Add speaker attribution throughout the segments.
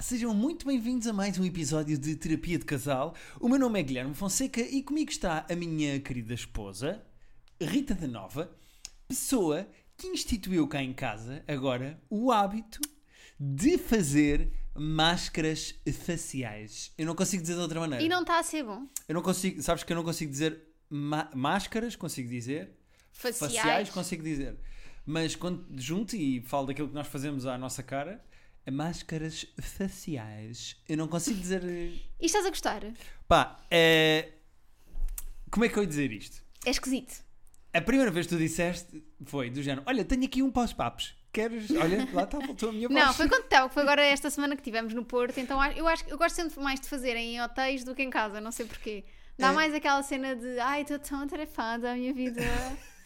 Speaker 1: Sejam muito bem-vindos a mais um episódio de Terapia de Casal. O meu nome é Guilherme Fonseca e comigo está a minha querida esposa, Rita da Nova, pessoa que instituiu cá em casa agora o hábito de fazer máscaras faciais. Eu não consigo dizer de outra maneira.
Speaker 2: E não está a ser bom.
Speaker 1: Eu não consigo, sabes que eu não consigo dizer ma- máscaras, consigo dizer.
Speaker 2: Faciais.
Speaker 1: consigo dizer. Mas quando junto e falo daquilo que nós fazemos à nossa cara, máscaras faciais. Eu não consigo dizer. eh,
Speaker 2: E estás a gostar?
Speaker 1: Pá, é... como é que eu ia dizer isto?
Speaker 2: É esquisito.
Speaker 1: A primeira vez que tu disseste foi do género: Olha, tenho aqui um para os papos. Queres? Olha, lá está, voltou a minha voz.
Speaker 2: Não, foi quando estava, foi agora esta semana que tivemos no Porto, então a- eu acho eu gosto sempre mais de fazer em hotéis do que em casa, não sei porquê. Dá
Speaker 1: É.
Speaker 2: mais aquela cena de ai, estou tão atarefada, a minha vida.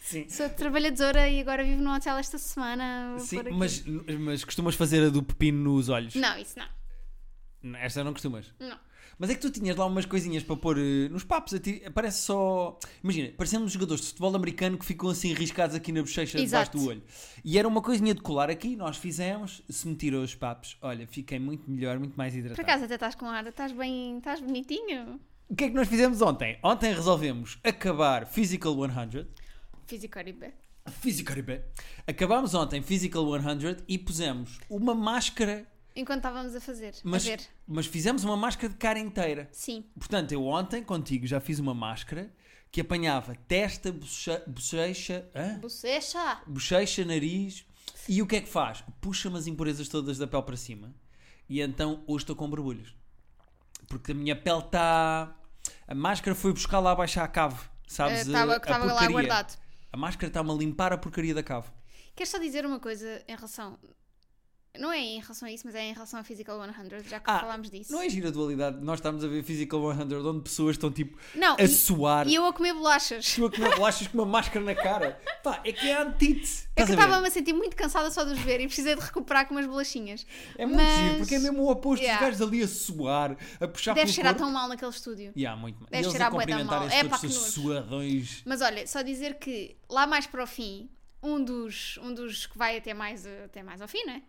Speaker 1: Sim.
Speaker 2: Sou trabalhadora e agora vivo num hotel esta semana. vou
Speaker 1: Sim,
Speaker 2: pôr aqui.
Speaker 1: mas, mas costumas fazer a do pepino nos olhos?
Speaker 2: Não, isso não.
Speaker 1: Esta não costumas.
Speaker 2: Não.
Speaker 1: Mas é que tu tinhas lá umas coisinhas para pôr eh, nos papos. a ti- Parece só. Imagina, parecemos jogadores de futebol americano que ficam assim riscados aqui na bochecha debaixo
Speaker 2: Exato.
Speaker 1: do olho. E era uma coisinha de colar aqui, nós fizemos. Se me tirou os papos, olha, fiquei muito melhor, muito mais hidratado.
Speaker 2: Por acaso até estás com ar, estás bem, estás bonitinho.
Speaker 1: O que é que nós fizemos ontem? Ontem resolvemos acabar Physical 100.
Speaker 2: Físico Aribe.
Speaker 1: Physical bem. Acabámos ontem Physical 100 e pusemos uma máscara,
Speaker 2: Enquanto estávamos a fazer.
Speaker 1: mas,
Speaker 2: A ver.
Speaker 1: mas fizemos uma máscara de cara inteira.
Speaker 2: Sim.
Speaker 1: Portanto, eu ontem contigo já fiz uma máscara que apanhava testa, boche- bochecha, hã?
Speaker 2: Bochecha.
Speaker 1: bochecha, nariz. E o que é que faz? Puxa-me as impurezas todas da pele para cima. E então hoje estou com borbulhos. Porque a minha pele está. A máscara foi buscar lá abaixo à cave. Sabes? a-
Speaker 2: Estava
Speaker 1: a
Speaker 2: estava Eh, lá
Speaker 1: porcaria.
Speaker 2: guardado.
Speaker 1: A máscara está-me a limpar a porcaria da cave.
Speaker 2: Queres só dizer uma coisa em relação. Não é em relação a isso, mas é em relação a Physical 100, já que
Speaker 1: Ah,
Speaker 2: falámos disso.
Speaker 1: Não é gira a dualidade. Nós estamos a ver Physical 100 onde pessoas estão tipo
Speaker 2: Não,
Speaker 1: a suar.
Speaker 2: e, e eu a comer bolachas. É
Speaker 1: Tu a comer bolachas com uma máscara na cara. Pá, é que é a antítese.
Speaker 2: É
Speaker 1: Estás
Speaker 2: que
Speaker 1: a
Speaker 2: eu
Speaker 1: ver?
Speaker 2: estava-me a sentir muito cansada só de os ver e precisei de recuperar com umas bolachinhas.
Speaker 1: É muito
Speaker 2: Mas-
Speaker 1: giro, porque é mesmo o oposto.
Speaker 2: Yeah.
Speaker 1: Os gajos ali a suar, a puxar
Speaker 2: Deve
Speaker 1: pelo
Speaker 2: cheirar
Speaker 1: corpo.
Speaker 2: tão mal naquele estúdio.
Speaker 1: Yeah, muito mal.
Speaker 2: Deve
Speaker 1: Eles a
Speaker 2: cheirar bué da
Speaker 1: cumprimentarem
Speaker 2: mal. É, pá,
Speaker 1: todos
Speaker 2: que
Speaker 1: os
Speaker 2: nojo.
Speaker 1: suadões.
Speaker 2: Mas olha, só dizer que lá mais para o fim, um dos, um dos que vai até mais, até mais ao fim, né?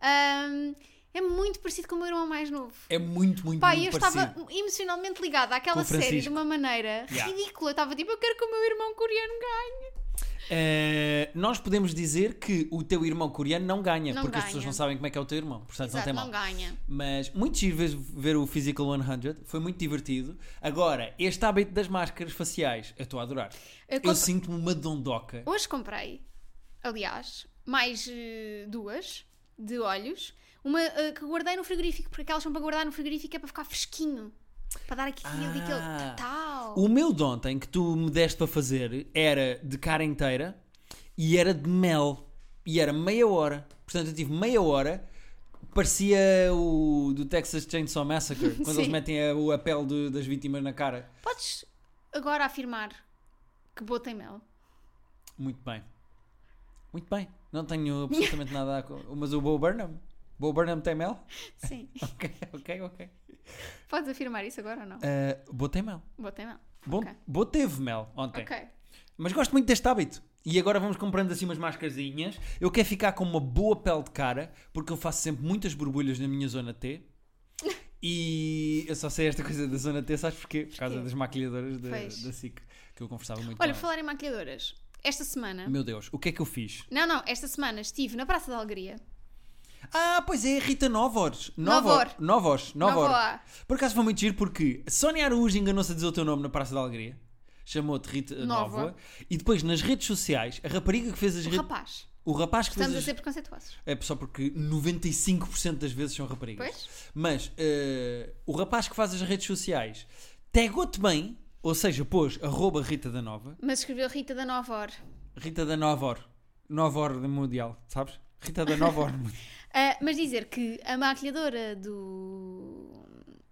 Speaker 2: Ahm, é muito parecido com o meu irmão mais novo.
Speaker 1: É muito, muito,
Speaker 2: Pá, eu
Speaker 1: muito parecido.
Speaker 2: estava emocionalmente ligada
Speaker 1: Com
Speaker 2: àquela
Speaker 1: o
Speaker 2: série de
Speaker 1: Francisco.
Speaker 2: uma maneira
Speaker 1: Yeah.
Speaker 2: ridícula. Eu estava tipo, eu quero que o meu irmão coreano ganhe.
Speaker 1: Eh, nós podemos dizer que o teu irmão coreano não ganha,
Speaker 2: Não
Speaker 1: porque as
Speaker 2: ganha.
Speaker 1: pessoas não sabem como é que é o teu irmão. Portanto, não
Speaker 2: Exato,
Speaker 1: tem
Speaker 2: não,
Speaker 1: mal.
Speaker 2: ganha.
Speaker 1: Mas muito giro ver, ver o Physical 100, foi muito divertido. Agora, este hábito das máscaras faciais, eu estou a adorar.
Speaker 2: Eu
Speaker 1: Eu,
Speaker 2: compre-
Speaker 1: sinto-me uma dondoca.
Speaker 2: Hoje comprei, aliás, mais eh, duas de olhos. Uma eh, que guardei no frigorífico, porque aquelas são para guardar no frigorífico é para ficar fresquinho. Para dar aqui ali aquele
Speaker 1: Ah.
Speaker 2: tal.
Speaker 1: O meu de ontem que tu me deste para fazer era de cara inteira e era de mel. E era meia hora. Portanto, eu tive meia hora. Parecia o do Texas Chainsaw Massacre, quando
Speaker 2: Sim.
Speaker 1: eles metem a, o- a pele de- das vítimas na cara.
Speaker 2: Podes agora afirmar que botem mel.
Speaker 1: Muito bem. Muito bem. Não tenho absolutamente nada a. co- Mas o Bo Burnham? Bo Burnham tem mel?
Speaker 2: Sim.
Speaker 1: Ok, ok, ok.
Speaker 2: Podes afirmar isso agora ou não?
Speaker 1: Ah, botei mel.
Speaker 2: Botem mel.
Speaker 1: Bom, então
Speaker 2: Ok.
Speaker 1: Boteve mel ontem.
Speaker 2: Ok.
Speaker 1: Mas gosto muito deste hábito. E agora vamos comprando assim umas mascarazinhas. Eu quero ficar com uma boa pele de cara, porque eu faço sempre muitas borbulhas na minha zona T. E eu só sei esta coisa da zona T, sabes porquê? Por causa
Speaker 2: Porquê?
Speaker 1: das maquilhadoras da,
Speaker 2: Pois.
Speaker 1: da SIC, que eu conversava muito
Speaker 2: Olha,
Speaker 1: com
Speaker 2: por falar em maquilhadoras, esta semana.
Speaker 1: elas. Meu Deus, o que é que eu fiz?
Speaker 2: Não, não, esta semana estive na Praça da Alegria.
Speaker 1: Ah, pois é, Rita Novors.
Speaker 2: Novor.
Speaker 1: Novors. Novor.
Speaker 2: Novoa.
Speaker 1: Por acaso foi muito giro porque a Sónia Araújo enganou-se a dizer o teu nome na Praça da Alegria. Chamou-te Rita
Speaker 2: Nova.
Speaker 1: Nova. E depois nas redes sociais, a rapariga que fez as
Speaker 2: O
Speaker 1: redes.
Speaker 2: rapaz.
Speaker 1: O rapaz que fez
Speaker 2: Estamos a
Speaker 1: as
Speaker 2: ser preconceituosos.
Speaker 1: É só porque 95% das vezes são raparigas.
Speaker 2: Pois?
Speaker 1: Mas eh, o rapaz que faz as redes sociais tagou-te bem, ou seja, pôs arroba Rita da Nova,
Speaker 2: Mas escreveu Rita da Nova Hora.
Speaker 1: Rita da Novor, Novor de Mundial, sabes? Rita da Novor.
Speaker 2: Ah, mas dizer que a maquilhadora do,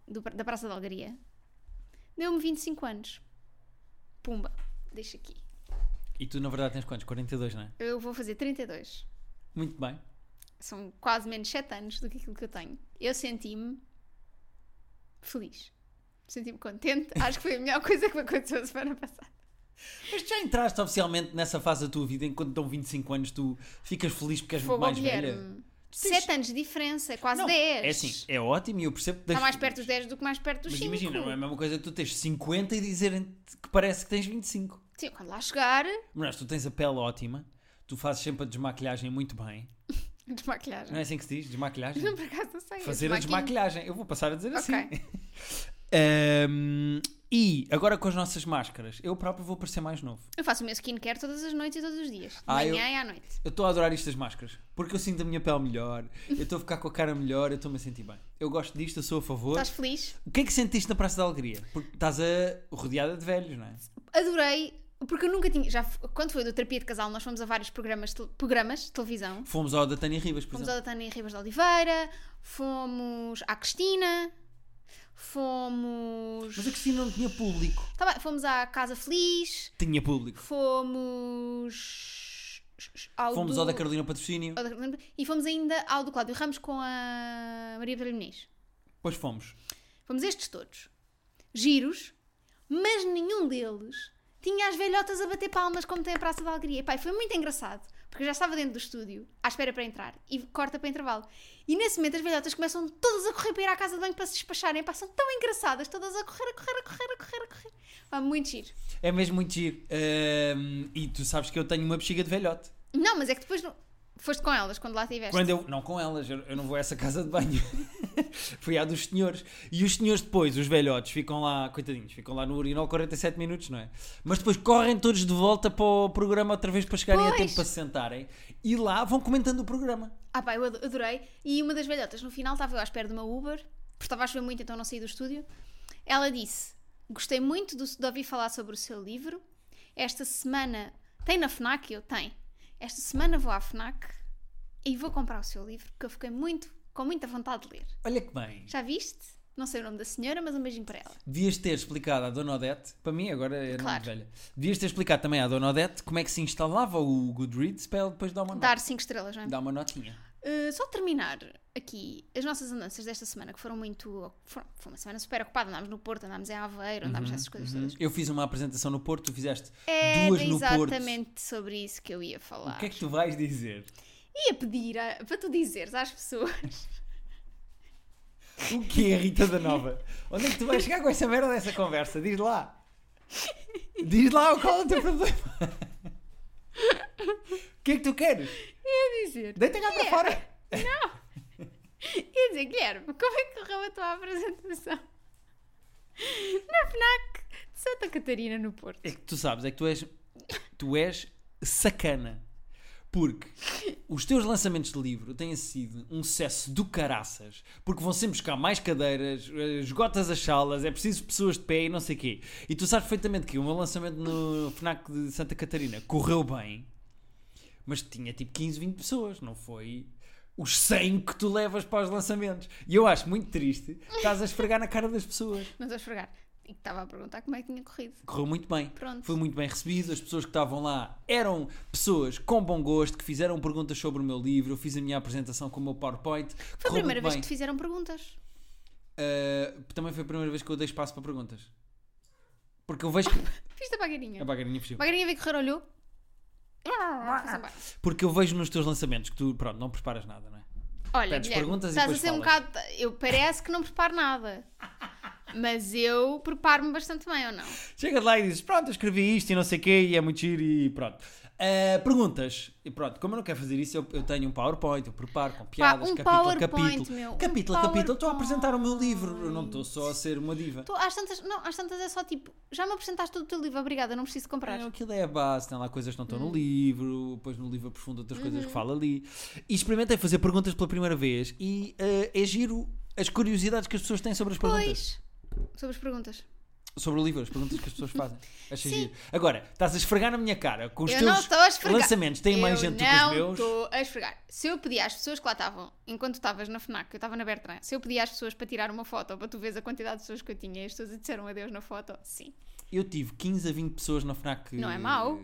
Speaker 2: do- da Praça da Algaria deu-me 25 anos. Pumba, deixa aqui.
Speaker 1: e tu, na verdade, tens quantos? 42, não é?
Speaker 2: Eu vou fazer 32.
Speaker 1: Muito bem.
Speaker 2: São quase menos 7 anos do que aquilo que eu tenho. Eu senti-me feliz. Senti-me contente. Acho que foi a melhor coisa que me aconteceu a semana passada.
Speaker 1: Mas tu já entraste oficialmente nessa fase da tua vida, enquanto dão 25 anos, tu ficas feliz porque és
Speaker 2: Fogo
Speaker 1: muito
Speaker 2: ao
Speaker 1: mais velha.
Speaker 2: Guilherme.
Speaker 1: Tu Tens-
Speaker 2: 7 anos de diferença, quase
Speaker 1: Não,
Speaker 2: 10.
Speaker 1: É assim, é ótimo e eu percebo que
Speaker 2: Está
Speaker 1: das-
Speaker 2: mais perto dos 10 do que mais perto dos
Speaker 1: Mas
Speaker 2: 5.
Speaker 1: imagina, não é a mesma coisa que tu tens 50 e dizerem que parece que tens 25.
Speaker 2: Sim, quando lá chegar,
Speaker 1: Mas tu tens a pele ótima, tu fazes sempre a desmaquilhagem muito bem. Não
Speaker 2: desmaquilhagem.
Speaker 1: é assim que se diz? Desmaquilhagem?
Speaker 2: Não, por acaso não sei.
Speaker 1: Fazer a
Speaker 2: desmaquinho.
Speaker 1: desmaquilhagem. Eu vou passar a dizer assim.
Speaker 2: Ok.
Speaker 1: Ahm, e agora com as nossas máscaras, eu próprio vou parecer mais novo.
Speaker 2: Eu faço o meu skincare todas as noites e todos os dias. De
Speaker 1: Ah, eu-
Speaker 2: manhã e à noite.
Speaker 1: Eu estou a adorar estas máscaras, porque eu sinto a minha pele melhor, eu estou a ficar com a cara melhor, eu estou-me a sentir bem. Eu gosto disto, eu sou a favor.
Speaker 2: Estás feliz?
Speaker 1: O que é que sentiste na Praça da Alegria? Porque estás a... rodeada de velhos, não é?
Speaker 2: Adorei. Porque eu nunca tinha. Já, f- quando foi do Terapia de Casal, nós fomos a vários programas, de tele- programas de televisão.
Speaker 1: Fomos ao da Tânia Rivas, por
Speaker 2: Fomos
Speaker 1: exemplo.
Speaker 2: à Tânia Ribas de Oliveira, fomos à Cristina, fomos.
Speaker 1: Mas a Cristina não tinha público.
Speaker 2: Tá bem, fomos à Casa Feliz,
Speaker 1: Tinha público.
Speaker 2: fomos. Ao
Speaker 1: Fomos
Speaker 2: do-
Speaker 1: ao da Carolina Patrocínio.
Speaker 2: ao da Carolina- E fomos ainda ao do Cláudio Ramos com a Maria Pedro Muniz.
Speaker 1: Depois fomos.
Speaker 2: Fomos estes todos. Giros, mas nenhum deles tinha as velhotas a bater palmas como tem a Praça da Alegria. Pai, foi muito engraçado, porque eu já estava dentro do estúdio, à espera para entrar, e corta para intervalo. E nesse momento as velhotas começam todas a correr para ir à casa de banho para se despacharem. Pá, são tão engraçadas, todas a correr, a correr, a correr, a correr, a correr. Pá, muito giro.
Speaker 1: É mesmo muito giro. Ahm, e tu sabes que eu tenho uma bexiga de velhote.
Speaker 2: Não, mas é que depois não- foste com elas quando lá estiveste.
Speaker 1: Quando eu, não com elas, eu, eu não vou a essa casa de banho. Fui à dos senhores. E os senhores depois, os velhotes, ficam lá, coitadinhos, ficam lá no urinol 47 minutos, não é? Mas depois correm todos de volta para o programa outra vez para chegarem a
Speaker 2: Pois.
Speaker 1: tempo para se sentarem. E lá vão comentando o programa.
Speaker 2: Ah pá, eu ado- adorei. E uma das velhotas, no final, estava eu à espera de uma Uber, porque estava a chover muito, então não saí do estúdio. Ela disse, gostei muito do, de ouvir falar sobre o seu livro. Esta semana... Tem na FNAC? Eu, tem. Esta semana vou à FNAC e vou comprar o seu livro, porque eu fiquei muito, com muita vontade de ler.
Speaker 1: Olha que bem.
Speaker 2: Já viste? Não sei o nome da senhora, mas um beijinho para ela.
Speaker 1: Devias ter explicado à Dona Odete, para mim agora é
Speaker 2: Claro.
Speaker 1: claro. velha. Devias ter explicado também à Dona Odete como é que se instalava o Goodreads para ela depois dar uma nota.
Speaker 2: Dar 5 estrelas, não é?
Speaker 1: Dá uma notinha.
Speaker 2: Uh, só terminar aqui as nossas andanças desta semana, que foram muito. Foram, foi uma semana super ocupada. Andámos no Porto, andámos em Aveiro, andámos nessas coisas todas.
Speaker 1: Uhum. Eu fiz uma apresentação no Porto, tu fizeste
Speaker 2: Era
Speaker 1: duas no Porto.
Speaker 2: É, exatamente sobre isso que eu ia falar.
Speaker 1: O que é que tu vais dizer?
Speaker 2: Ia pedir a- para tu dizeres às pessoas.
Speaker 1: O que é Rita da Nova? Onde é que tu vais chegar com essa merda dessa conversa? Diz lá. Diz lá qual é o teu problema. O que é que tu queres?
Speaker 2: Ia dizer.
Speaker 1: Deita cá para fora.
Speaker 2: Ia dizer, Guilherme, como é que correu a tua apresentação? Na FNAC de Santa Catarina, no Porto.
Speaker 1: É que tu sabes, é que tu és, tu és sacana. Porque os teus lançamentos de livro têm sido um sucesso do caraças, porque vão sempre buscar mais cadeiras, eh, esgotas as salas, é preciso pessoas de pé e não sei quê. E tu sabes perfeitamente que o meu lançamento no FNAC de Santa Catarina correu bem, mas tinha tipo 15, 20 pessoas, não foi os 100 que tu levas para os lançamentos. E eu acho muito triste, estás a esfregar na cara das pessoas.
Speaker 2: Não estou a esfregar. E estava a perguntar como é que tinha corrido.
Speaker 1: Correu muito bem.
Speaker 2: Pronto.
Speaker 1: Foi muito bem recebido. As pessoas que estavam lá eram pessoas com bom gosto, que fizeram perguntas sobre o meu livro. Eu fiz a minha apresentação com o meu PowerPoint.
Speaker 2: Foi a
Speaker 1: Correu
Speaker 2: primeira
Speaker 1: muito
Speaker 2: vez que te
Speaker 1: bem.
Speaker 2: fizeram perguntas.
Speaker 1: Ah, também foi a primeira vez que eu dei espaço para perguntas. Porque eu vejo que.
Speaker 2: Fiz da
Speaker 1: A
Speaker 2: bagarinha.
Speaker 1: bagarinha fugiu.
Speaker 2: Bagarinha veio correr, olhou. Foi-se embora.
Speaker 1: Porque eu vejo nos teus lançamentos que tu, pronto, não preparas nada, não é?
Speaker 2: Olha,
Speaker 1: Pedes
Speaker 2: Guilherme,
Speaker 1: perguntas e
Speaker 2: estás a
Speaker 1: depois
Speaker 2: ser um
Speaker 1: falas.
Speaker 2: bocado. Eu parece que não preparo nada. Mas eu preparo-me bastante bem, ou não?
Speaker 1: Chegas lá e dizes, pronto, eu escrevi isto e não sei o quê, e é muito giro e pronto. Ah, perguntas. E pronto, como eu não quero fazer isso, eu, eu tenho um PowerPoint, eu preparo com piadas,
Speaker 2: um
Speaker 1: capítulo a
Speaker 2: PowerPoint,
Speaker 1: capítulo.
Speaker 2: meu, um
Speaker 1: capítulo a capítulo. Estou a apresentar o meu livro, eu não
Speaker 2: PowerPoint.
Speaker 1: estou só a ser uma diva.
Speaker 2: Tu, às tantas, não, às tantas é só tipo, já me apresentaste todo o teu livro, obrigada, não preciso comprar.
Speaker 1: Não, aquilo é a base, tem lá coisas que não
Speaker 2: Hum.
Speaker 1: estão no livro, depois no livro aprofunda outras coisas
Speaker 2: Uhum.
Speaker 1: que fala ali. E experimentei fazer perguntas pela primeira vez e eh, é giro as curiosidades que as pessoas têm sobre as perguntas.
Speaker 2: Pois. Sobre as perguntas.
Speaker 1: Sobre o livro, as perguntas que as pessoas fazem. Achei giro. Agora, estás a esfregar na minha cara com os
Speaker 2: eu não
Speaker 1: teus
Speaker 2: estou a esfregar.
Speaker 1: lançamentos. Tem mais
Speaker 2: eu
Speaker 1: gente do que
Speaker 2: não
Speaker 1: os meus.
Speaker 2: estou a esfregar. Se eu pedi às pessoas que lá estavam, enquanto tu estavas na FNAC, eu estava na Bertrand, se eu pedi às pessoas para tirar uma foto ou para tu veres a quantidade de pessoas que eu tinha e as pessoas disseram adeus na foto, sim.
Speaker 1: Eu tive 15 a 20 pessoas na FNAC.
Speaker 2: Não é mau?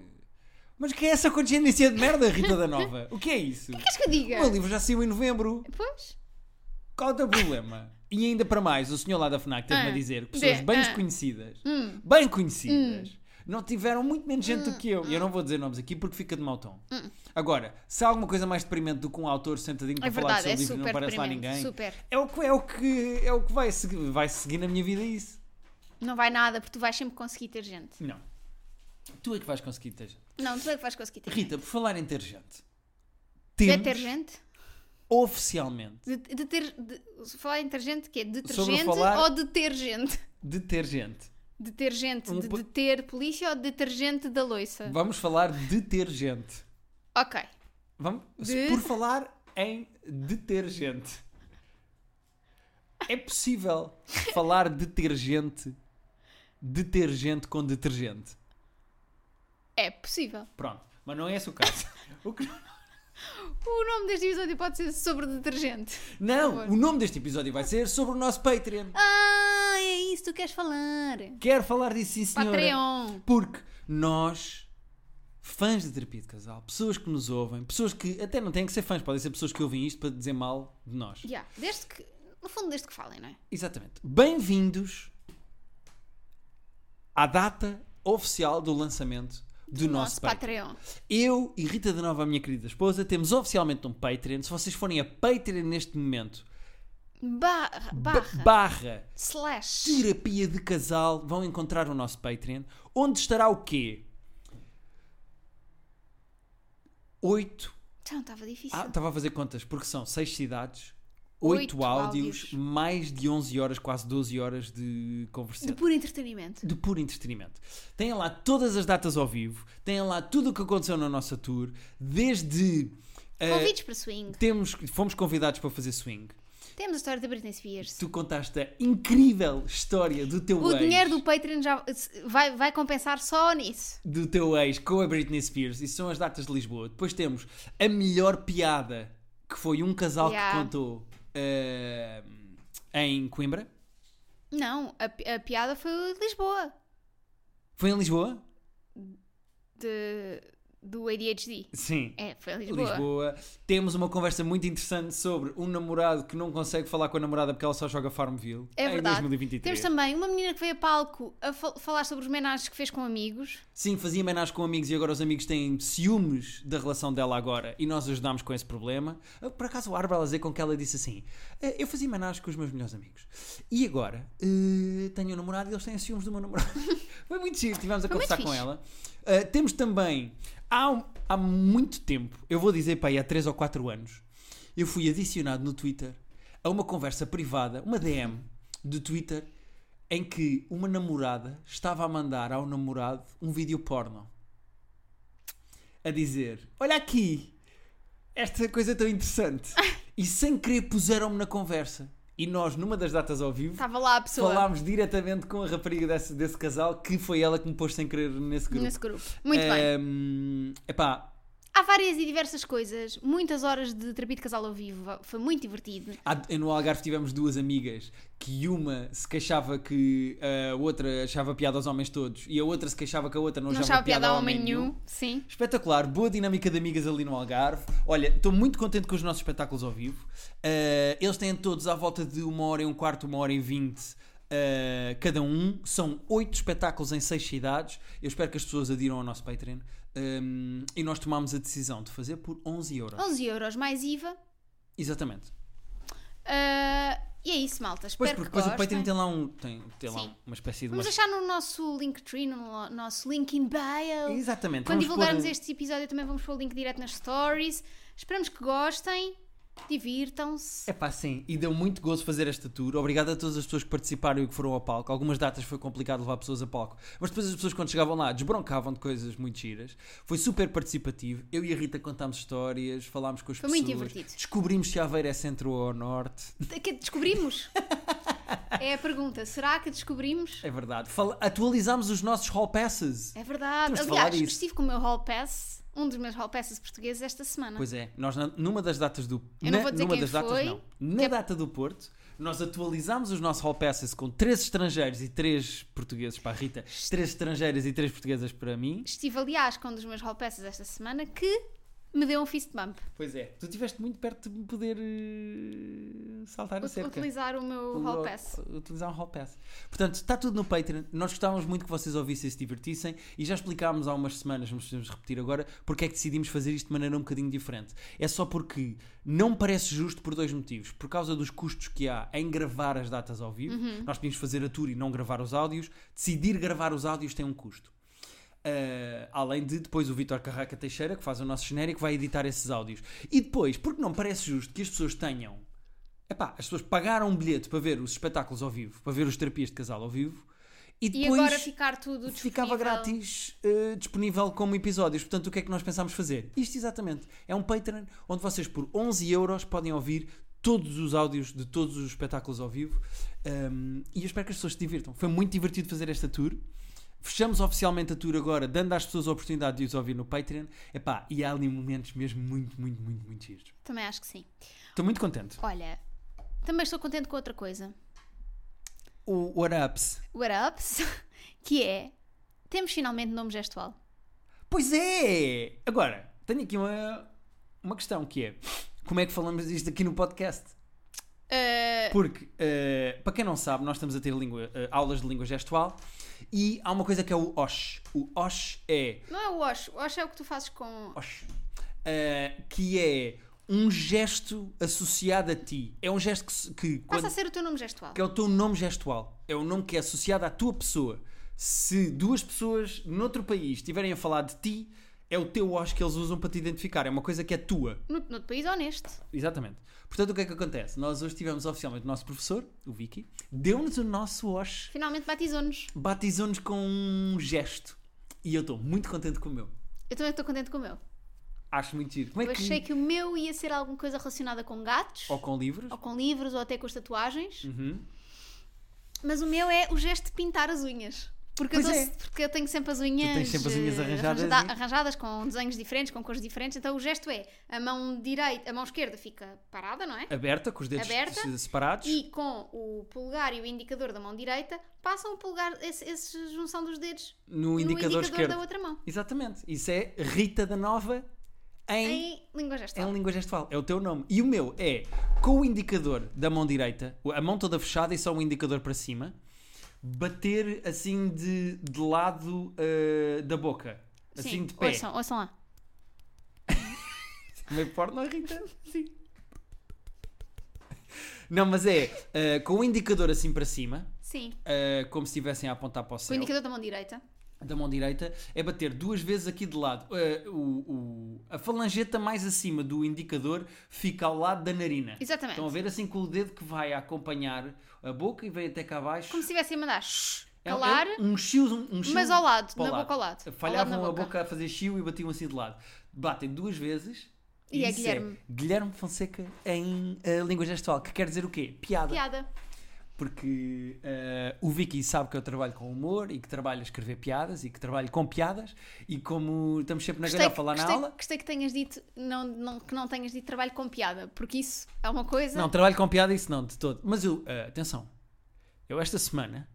Speaker 1: Mas o que é essa condescendência de merda, Rita da Nova? O que é isso?
Speaker 2: Queres que eu diga?
Speaker 1: O meu livro já saiu em novembro.
Speaker 2: Pois.
Speaker 1: Qual é o teu problema? E ainda para mais, o senhor lá da FNAC teve-me
Speaker 2: Ah,
Speaker 1: a dizer que pessoas
Speaker 2: dê,
Speaker 1: bem
Speaker 2: ah.
Speaker 1: desconhecidas,
Speaker 2: Hum.
Speaker 1: bem conhecidas, Não tiveram muito menos gente do que eu. E eu não vou dizer nomes aqui porque fica de mau tom.
Speaker 2: Hum.
Speaker 1: Agora, se há alguma coisa mais deprimente do que um autor sentadinho para
Speaker 2: É
Speaker 1: falar do
Speaker 2: verdade,
Speaker 1: seu
Speaker 2: é
Speaker 1: livro e não
Speaker 2: super
Speaker 1: aparece lá
Speaker 2: deprimente,
Speaker 1: ninguém,
Speaker 2: super.
Speaker 1: é o que, é o que, é o que vai, seguir, vai seguir na minha vida isso.
Speaker 2: Não vai nada, porque tu vais sempre conseguir ter gente.
Speaker 1: Não. Tu é que vais conseguir ter gente.
Speaker 2: Não, tu é que vais conseguir ter gente.
Speaker 1: Rita, por falar em ter gente,
Speaker 2: De
Speaker 1: temos
Speaker 2: ter gente?
Speaker 1: oficialmente
Speaker 2: De, de ter. De, se falar em ter gente, que é detergente
Speaker 1: falar-
Speaker 2: ou de ter gente?
Speaker 1: de ter gente.
Speaker 2: Detergente
Speaker 1: Um
Speaker 2: de
Speaker 1: po-
Speaker 2: deter polícia ou detergente da loiça?
Speaker 1: Vamos falar de ter gente.
Speaker 2: Ok.
Speaker 1: Vamos,
Speaker 2: De-
Speaker 1: Por falar em detergente. É possível falar detergente, detergente com detergente.
Speaker 2: É possível.
Speaker 1: Pronto, mas não é esse o caso. O que-
Speaker 2: O nome deste episódio pode ser sobre detergente.
Speaker 1: Não, o nome deste episódio vai ser sobre o nosso Patreon.
Speaker 2: Ah, é isso que tu queres falar.
Speaker 1: Quero falar disso, sim, senhora.
Speaker 2: Patreon.
Speaker 1: Porque nós, fãs de terapia de casal, pessoas que nos ouvem, pessoas que até não têm que ser fãs, podem ser pessoas que ouvem isto para dizer mal de nós.
Speaker 2: Yeah, desde que. No fundo, desde que falem, não é?
Speaker 1: Exatamente. Bem-vindos à data oficial do lançamento do, nosso, Patreon.
Speaker 2: Patreon.
Speaker 1: Eu e Rita de Nova, a minha querida esposa, temos oficialmente um Patreon. Se vocês forem a Patreon neste momento,
Speaker 2: Barra.
Speaker 1: ba-
Speaker 2: Barra.
Speaker 1: barra
Speaker 2: slash.
Speaker 1: terapia de casal, vão encontrar o nosso Patreon, onde estará o quê? 8
Speaker 2: Então, estava difícil.
Speaker 1: Ah, estava a fazer contas, porque são 6 cidades,
Speaker 2: Oito
Speaker 1: 8 áudios,
Speaker 2: áudios.
Speaker 1: mais de 11 horas, quase 12 horas de conversa.
Speaker 2: de puro entretenimento.
Speaker 1: de puro entretenimento. Têm lá todas as datas ao vivo, têm lá tudo o que aconteceu na nossa tour, desde eh,
Speaker 2: Convites para swing.
Speaker 1: temos, fomos convidados para fazer swing.
Speaker 2: Temos a história da Britney Spears.
Speaker 1: Tu contaste a incrível história do teu
Speaker 2: O
Speaker 1: ex,
Speaker 2: dinheiro do Patreon já vai, vai compensar só nisso.
Speaker 1: do teu ex com a Britney Spears. Isso são as datas de Lisboa. Depois temos a melhor piada que foi um casal que
Speaker 2: Yeah.
Speaker 1: contou eh, em Coimbra.
Speaker 2: Não, a, pi- a piada foi o de Lisboa,
Speaker 1: Foi em Lisboa?
Speaker 2: de, do ADHD.
Speaker 1: Sim.
Speaker 2: É, foi a Lisboa.
Speaker 1: Lisboa. Temos uma conversa muito interessante sobre um namorado que não consegue falar com a namorada porque ela só joga Farmville
Speaker 2: É
Speaker 1: em
Speaker 2: verdade.
Speaker 1: 2023.
Speaker 2: Temos também uma menina que veio a palco a fal- falar sobre os homenagens que fez com amigos.
Speaker 1: Sim, fazia menos com amigos e agora os amigos têm ciúmes da relação dela agora e nós ajudámos com esse problema. Ah, Por acaso o Arbel a dizer com que ela disse assim: "Ah, Eu fazia menos com os meus melhores amigos e agora eh, tenho um namorado e eles têm ciúmes do meu namorado. Foi muito giro, estivemos a
Speaker 2: Foi muito
Speaker 1: conversar com
Speaker 2: fixe.
Speaker 1: ela. Ah, temos também, há, um- há muito tempo, eu vou dizer para aí há 3 ou 4 anos, eu fui adicionado no Twitter a uma conversa privada, uma DM do Twitter, em que uma namorada estava a mandar ao namorado um vídeo porno a dizer: Olha aqui, esta coisa tão interessante. E sem querer puseram-me na conversa. E nós, numa das datas ao vivo,
Speaker 2: Estava lá a pessoa
Speaker 1: falámos diretamente com a rapariga desse, desse casal, que foi ela que me pôs sem querer nesse grupo.
Speaker 2: nesse grupo. Muito bem.
Speaker 1: Ehm, epá,
Speaker 2: Há várias e diversas coisas, muitas horas de terapia de casal ao vivo, foi muito divertido.
Speaker 1: há- no Algarve tivemos duas amigas que uma se queixava que a outra achava piada aos homens todos e a outra se queixava que a outra não,
Speaker 2: Não
Speaker 1: achava
Speaker 2: achava
Speaker 1: piada, a homem nenhum.
Speaker 2: nenhum. Sim.
Speaker 1: Espetacular, boa dinâmica de amigas ali no Algarve. Olha, estou muito contente com os nossos espetáculos ao vivo. Eh, eles têm todos à volta de uma hora e um quarto, uma hora e vinte eh, cada um. São oito espetáculos em seis cidades. Eu espero que as pessoas adiram ao nosso Patreon. Ehm, e nós tomámos a decisão de fazer por 11 euros.
Speaker 2: 11 euros mais IVA.
Speaker 1: Exatamente.
Speaker 2: Ah, e é isso, malta.
Speaker 1: Pois,
Speaker 2: Espero
Speaker 1: porque
Speaker 2: que
Speaker 1: depois o
Speaker 2: gostem.
Speaker 1: Patreon tem lá, um, tem, tem lá
Speaker 2: Sim.
Speaker 1: uma espécie de. Uma...
Speaker 2: Vamos deixar no nosso Linktree, no lo- nosso link in bio.
Speaker 1: Exatamente.
Speaker 2: Quando
Speaker 1: vamos pôr
Speaker 2: divulgarmos
Speaker 1: um-
Speaker 2: este episódio também vamos pôr o link direto nas stories. Esperamos que gostem, divirtam-se.
Speaker 1: É pá, sim, e deu muito gozo fazer esta tour. Obrigado a todas as pessoas que participaram e que foram ao palco. Algumas datas foi complicado levar pessoas a palco, mas depois as pessoas, quando chegavam lá, desbroncavam de coisas muito giras. Foi super participativo. Eu e a Rita contámos histórias, falámos com as
Speaker 2: Foi
Speaker 1: pessoas,
Speaker 2: muito divertido.
Speaker 1: descobrimos se Aveiro é centro ou norte.
Speaker 2: Que descobrimos? é a pergunta. Será que descobrimos?
Speaker 1: É verdade. Fala- Atualizámos os nossos hall passes.
Speaker 2: É verdade.
Speaker 1: Temos de falar
Speaker 2: Aliás,
Speaker 1: disso.
Speaker 2: estive com o meu hall pass, um dos meus hall passes portugueses esta semana.
Speaker 1: Pois é, nós na- numa das datas do
Speaker 2: Eu
Speaker 1: na,
Speaker 2: não vou dizer
Speaker 1: numa
Speaker 2: quem
Speaker 1: das datas
Speaker 2: foi, é-
Speaker 1: não. Na data do Porto, nós atualizámos os nossos hall passes com três estrangeiros e três portugueses para a Rita, três estrangeiras e três portuguesas para mim.
Speaker 2: Estive, aliás, com um dos meus hall passes esta semana que me deu um fist bump.
Speaker 1: Pois é. Tu estiveste muito perto de me poder eh, saltar a
Speaker 2: Ut-
Speaker 1: cerca.
Speaker 2: Utilizar o meu hall pass.
Speaker 1: Utilizar um hall pass. Portanto, está tudo no Patreon. Nós gostávamos muito que vocês ouvissem e se divertissem. E já explicámos há umas semanas, mas podemos repetir agora, porque é que decidimos fazer isto de maneira um bocadinho diferente. É só porque não me parece justo por dois motivos. Por causa dos custos que há em gravar as datas ao vivo.
Speaker 2: Uhum.
Speaker 1: Nós podíamos fazer a tour e não gravar os áudios. Decidir gravar os áudios tem um custo. Uh, além de depois o Vitor Carraca Teixeira, que faz o nosso genérico, vai editar esses áudios. E depois, porque não parece justo que as pessoas tenham. Epá, as pessoas pagaram um bilhete para ver os espetáculos ao vivo, para ver os terapias de casal ao vivo, e
Speaker 2: E
Speaker 1: depois
Speaker 2: agora ficar tudo disponível.
Speaker 1: ficava grátis eh, disponível como episódios. Portanto, o que é que nós pensámos fazer? Isto exatamente. É um Patreon onde vocês por 11 euros podem ouvir todos os áudios de todos os espetáculos ao vivo. Um, e eu espero que as pessoas se divirtam. Foi muito divertido fazer esta tour. Fechamos oficialmente a tour agora, dando às pessoas a oportunidade de os ouvir no Patreon. Epá, e há ali momentos mesmo muito, muito, muito, muito giros.
Speaker 2: Também acho que sim.
Speaker 1: Estou muito contente.
Speaker 2: Olha, também estou contente com outra coisa.
Speaker 1: O What Ups.
Speaker 2: What ups? Que é. Temos finalmente nome gestual.
Speaker 1: Pois é! Agora, tenho aqui uma, uma questão que é: como é que falamos disto aqui no podcast?
Speaker 2: Uh,
Speaker 1: Porque, eh, para quem não sabe, nós estamos a ter língua- eh, aulas de língua gestual e há uma coisa que é o OSH. O OSH é.
Speaker 2: não é o wash. O wash é o que tu fazes com.
Speaker 1: OSH. eh, que é um gesto associado a ti. É um gesto que, se- que
Speaker 2: Passa
Speaker 1: quando-
Speaker 2: a ser o teu nome gestual.
Speaker 1: que é o teu nome gestual. É o nome que é associado à tua pessoa. Se duas pessoas noutro país estiverem a falar de ti, é o teu OSH que eles usam para te identificar. É uma coisa que é tua.
Speaker 2: No, no outro país ou neste?
Speaker 1: Exatamente. Portanto, o que é que acontece? Nós hoje tivemos oficialmente o nosso professor, o Vicky, deu-nos o nosso OSH
Speaker 2: Finalmente batizou-nos.
Speaker 1: batizou-nos com um gesto. E eu estou muito contente com o meu.
Speaker 2: Eu também estou contente com o meu.
Speaker 1: Acho muito giro. Como é
Speaker 2: Eu
Speaker 1: que...
Speaker 2: achei que o meu ia ser alguma coisa relacionada com gatos,
Speaker 1: Ou com livros.
Speaker 2: ou com livros, ou até com as tatuagens.
Speaker 1: Uhum.
Speaker 2: Mas o meu é o gesto de pintar as unhas. Porque, eu,
Speaker 1: Pois é.
Speaker 2: dou- porque eu tenho sempre as unhas,
Speaker 1: Tu tens sempre as unhas
Speaker 2: eh,
Speaker 1: arranjadas, é?
Speaker 2: arranja-
Speaker 1: hein?
Speaker 2: arranjadas, com desenhos diferentes, com cores diferentes. Então o gesto é a mão direita, a mão esquerda fica parada, não é?
Speaker 1: Aberta, com os dedos
Speaker 2: Aberta.
Speaker 1: se- separados.
Speaker 2: E com o polegar e o indicador da mão direita passam o polegar, esse- essa junção dos dedos
Speaker 1: No indicador, esquerdo.
Speaker 2: da outra mão.
Speaker 1: Exatamente. Isso é Rita da Nova em...
Speaker 2: Em língua gestual.
Speaker 1: em língua gestual. É o teu nome. E o meu é com o indicador da mão direita, a mão toda fechada e só o indicador para cima, bater assim de, de lado eh, da boca. Assim
Speaker 2: Sim,
Speaker 1: de pé.
Speaker 2: Ouçam, ouçam lá.
Speaker 1: Meio porno, Rita? Sim. Não, mas é eh, com o indicador assim para cima,
Speaker 2: Sim,
Speaker 1: eh, como se estivessem a apontar para o
Speaker 2: com o
Speaker 1: céu,
Speaker 2: indicador da mão direita.
Speaker 1: da mão direita, é bater duas vezes aqui de lado. Eh, o- o- a falangeta mais acima do indicador fica ao lado da narina.
Speaker 2: Exatamente.
Speaker 1: Estão a ver assim com o dedo que vai acompanhar a boca e vem até cá abaixo.
Speaker 2: Como se estivessem a mandar shh,
Speaker 1: É um-
Speaker 2: calar.
Speaker 1: é um chiu, um, um chiu
Speaker 2: Mas ao lado,
Speaker 1: para o
Speaker 2: na boca ao lado. Ao
Speaker 1: Falhavam
Speaker 2: lado na
Speaker 1: a
Speaker 2: boca.
Speaker 1: boca a fazer chiu e batiam assim de lado. Batem duas vezes.
Speaker 2: E é
Speaker 1: isso
Speaker 2: Guilherme.
Speaker 1: Guilherme Fonseca em eh, língua gestual, que quer dizer o quê? Piada.
Speaker 2: Piada.
Speaker 1: Porque eh, o Vicky sabe que eu trabalho com humor e que trabalho a escrever piadas e que trabalho com piadas. E como estamos sempre na
Speaker 2: Gostei,
Speaker 1: galhofa lá na
Speaker 2: gostei-
Speaker 1: aula.
Speaker 2: gostei que tenhas dito não, não- que não tenhas dito trabalho com piada, porque isso é uma coisa.
Speaker 1: Não, trabalho com piada, isso não, de todo. Mas eu, eh, atenção, eu esta semana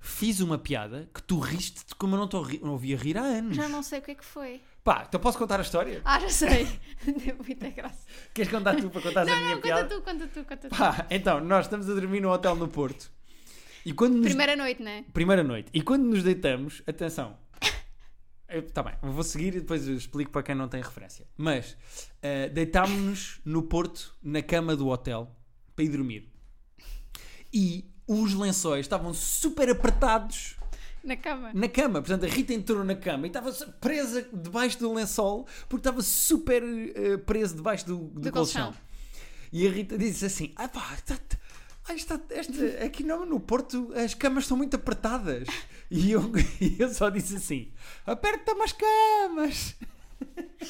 Speaker 1: fiz uma piada que tu riste como eu não, tô, a ri- não ouvia rir há anos.
Speaker 2: Já não sei o que é que foi.
Speaker 1: Pá, então posso contar a história?
Speaker 2: Ah, já sei. Deu muita graça.
Speaker 1: Queres contar tu para contar a minha
Speaker 2: Não,
Speaker 1: piada?
Speaker 2: conta tu, conta tu, conta tu.
Speaker 1: Pá, então, nós estamos a dormir num hotel no Porto. E quando nos...
Speaker 2: Primeira noite, né?
Speaker 1: Primeira noite. E quando nos deitamos, atenção. Está bem, vou seguir e depois eu explico para quem não tem referência. Mas eh, deitámos-nos no Porto, na cama do hotel, para ir dormir. E os lençóis estavam super apertados
Speaker 2: Na cama.
Speaker 1: na cama. Portanto, a Rita entrou na cama e estava presa debaixo do lençol porque estava super eh, presa debaixo do, do
Speaker 2: Do
Speaker 1: colchão.
Speaker 2: colchão.
Speaker 1: E a Rita disse assim: ah, pá, está, ah, está, esta- aqui não, no Porto as camas estão muito apertadas. E eu, e eu só disse assim: aperta-me as camas.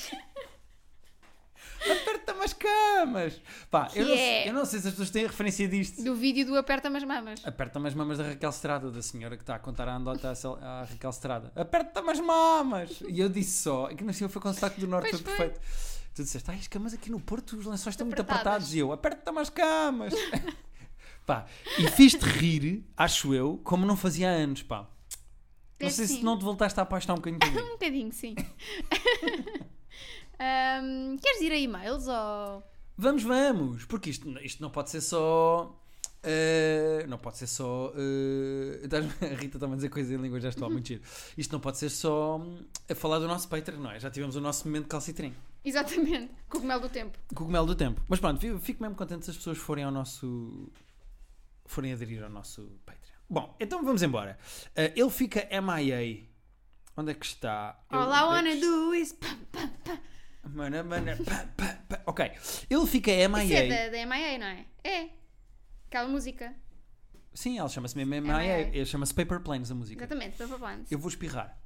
Speaker 1: Aperta-me as camas! Pá, eu,
Speaker 2: Que
Speaker 1: não,
Speaker 2: é-
Speaker 1: eu não sei se as pessoas têm referência disto.
Speaker 2: Do vídeo do Aperta-me as Mamas.
Speaker 1: Aperta-me as mamas da Raquel Estrada, da senhora que está a contar a andota à Cel- à Raquel Estrada. Aperta-me as mamas! E eu disse só, é que não sei, foi com o sotaque do Norte,
Speaker 2: Pois
Speaker 1: foi
Speaker 2: foi.
Speaker 1: perfeito. Tu disseste, ai, as camas aqui no Porto, os lençóis estão muito
Speaker 2: Apertadas.
Speaker 1: apertados. E eu, aperta-me as camas! pá, e fiz-te rir, acho eu, como não fazia há anos, pá. Não
Speaker 2: Deve
Speaker 1: sei se
Speaker 2: sim.
Speaker 1: um não te voltaste a apaixonar um bocadinho por mim.
Speaker 2: Um bocadinho, sim. Ahm, queres ir a e-mails ou.
Speaker 1: Vamos, vamos! Porque isto, isto não pode ser só. eh, não pode ser só. eh, estás- a Rita está a dizer coisas em língua gestual, muito giro. Isto não pode ser só hum, a falar do nosso Patreon, não é? Já tivemos o nosso momento calcitrim.
Speaker 2: Exatamente, cogumelo do tempo.
Speaker 1: Cogumelo do tempo. Mas pronto, eu fico mesmo contente se as pessoas forem ao nosso. forem aderir ao nosso Patreon. Bom, então vamos embora. Eh, ele fica MIA. Onde é que está? Eu-
Speaker 2: All I
Speaker 1: onde é
Speaker 2: wanna
Speaker 1: que
Speaker 2: do is. Pá, pá.
Speaker 1: está? Mana, mana, pá, pá, pá. Ok. Ele fica MIA.
Speaker 2: Isso é da, da MIA, não é? É. Aquela música.
Speaker 1: Sim, ela chama-se mesmo
Speaker 2: MIA.
Speaker 1: MIA. Ele Chama-se Paper Planes a música.
Speaker 2: é. Exatamente, Purple Blondes.
Speaker 1: Eu vou espirrar.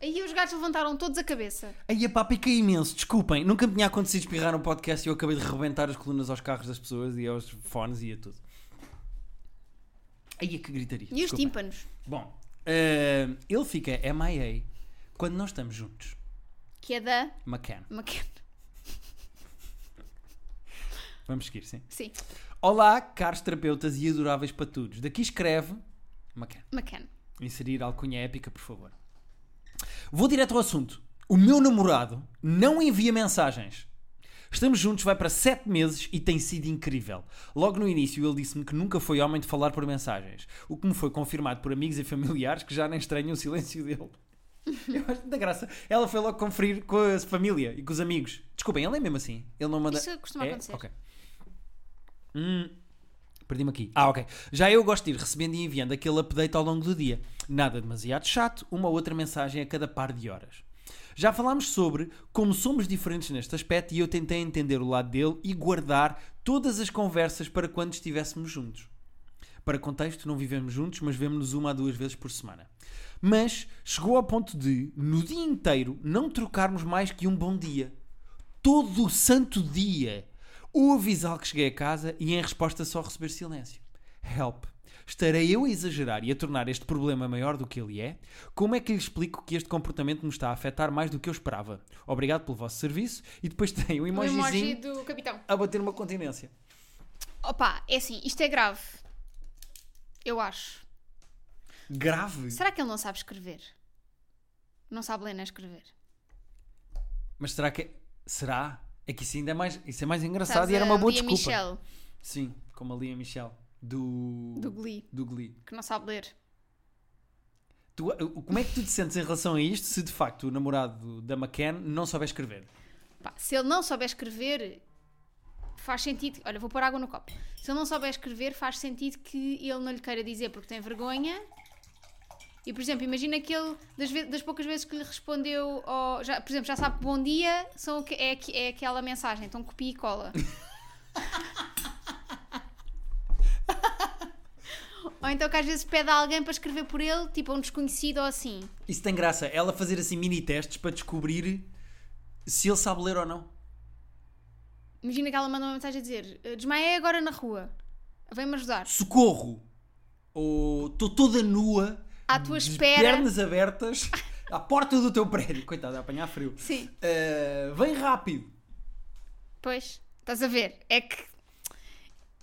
Speaker 2: Aí os gatos levantaram todos a cabeça.
Speaker 1: Aí a pá, piquei imenso, desculpem. Nunca me tinha acontecido espirrar no podcast e eu acabei de rebentar as colunas aos carros das pessoas e aos fones e a tudo. Aí é que gritaria.
Speaker 2: E os
Speaker 1: desculpem.
Speaker 2: tímpanos.
Speaker 1: Bom, eh, ele fica MIA quando nós estamos juntos.
Speaker 2: Que é da
Speaker 1: McCann.
Speaker 2: McCann.
Speaker 1: Vamos seguir, sim.
Speaker 2: Sim,
Speaker 1: Olá, caros terapeutas e adoráveis patudos. Daqui escreve McCann.
Speaker 2: McCann.
Speaker 1: Inserir alcunha épica, por favor. Vou direto ao assunto. O meu namorado não envia mensagens. Estamos juntos, vai para 7 meses e tem sido incrível. Logo no início, ele disse-me que nunca foi homem de falar por mensagens, o que me foi confirmado por amigos e familiares que já nem estranham o silêncio dele. Eu acho da graça. Ela foi logo conferir com a família e com os amigos. Desculpem, ele é mesmo assim. Ele não manda.
Speaker 2: Isso costuma
Speaker 1: É?
Speaker 2: acontecer.
Speaker 1: Ok. Hum, Perdi-me aqui. Ah, ok. Já eu gosto de ir recebendo e enviando aquele update ao longo do dia. Nada demasiado chato, uma ou outra mensagem a cada par de horas. Já falámos sobre como somos diferentes neste aspecto e eu tentei entender o lado dele e guardar todas as conversas para quando estivéssemos juntos. Para contexto, não vivemos juntos, mas vemos-nos uma a duas vezes por semana. Mas chegou ao ponto de, no dia inteiro, não trocarmos mais que um bom dia. Todo o santo dia. Ou avisar que cheguei a casa e em resposta só receber silêncio. Help. Estarei eu a exagerar e a tornar este problema maior do que ele é? Como é que lhe explico que este comportamento me está a afetar mais do que eu esperava? Obrigado pelo vosso serviço e depois tem um
Speaker 2: O emoji
Speaker 1: emojizinho
Speaker 2: do capitão.
Speaker 1: a bater uma continência.
Speaker 2: Opa, é assim, isto é grave. Eu acho.
Speaker 1: Grave.
Speaker 2: Será que ele não sabe escrever? Não sabe ler nem escrever.
Speaker 1: Mas será que. Será? É que isso ainda é mais, isso é mais engraçado
Speaker 2: Sabes
Speaker 1: e era uma
Speaker 2: a
Speaker 1: boa
Speaker 2: Lia
Speaker 1: desculpa.
Speaker 2: Michelle,
Speaker 1: Sim, como a Lia Michel do.
Speaker 2: do Glee,
Speaker 1: do Glee.
Speaker 2: que não sabe ler.
Speaker 1: Tu, uh, como é que tu te sentes em relação a isto se de facto o namorado da McCann não souber escrever?
Speaker 2: Pá, se ele não souber escrever, faz sentido. Olha, vou pôr água no copo. Se ele não souber escrever, faz sentido que ele não lhe queira dizer porque tem vergonha. E, por exemplo, imagina que ele, das, ve- das poucas vezes que lhe respondeu, ao- já, por exemplo, já sabe que bom dia são, o que- é, que- é aquela mensagem, então copia e cola. Ou então que às vezes pede a alguém para escrever por ele, tipo a um desconhecido ou assim.
Speaker 1: Isso tem graça, ela fazer assim mini testes para descobrir se ele sabe ler ou não.
Speaker 2: Imagina que ela manda uma mensagem a dizer: "Eh, Desmaiei agora na rua, vem-me ajudar.
Speaker 1: Socorro! Ou estou toda nua,
Speaker 2: À tua
Speaker 1: de
Speaker 2: espera.
Speaker 1: pernas abertas, à porta do teu prédio. Coitado, a apanhar frio.
Speaker 2: Sim.
Speaker 1: Uh, vem rápido!
Speaker 2: Pois, estás a ver? É que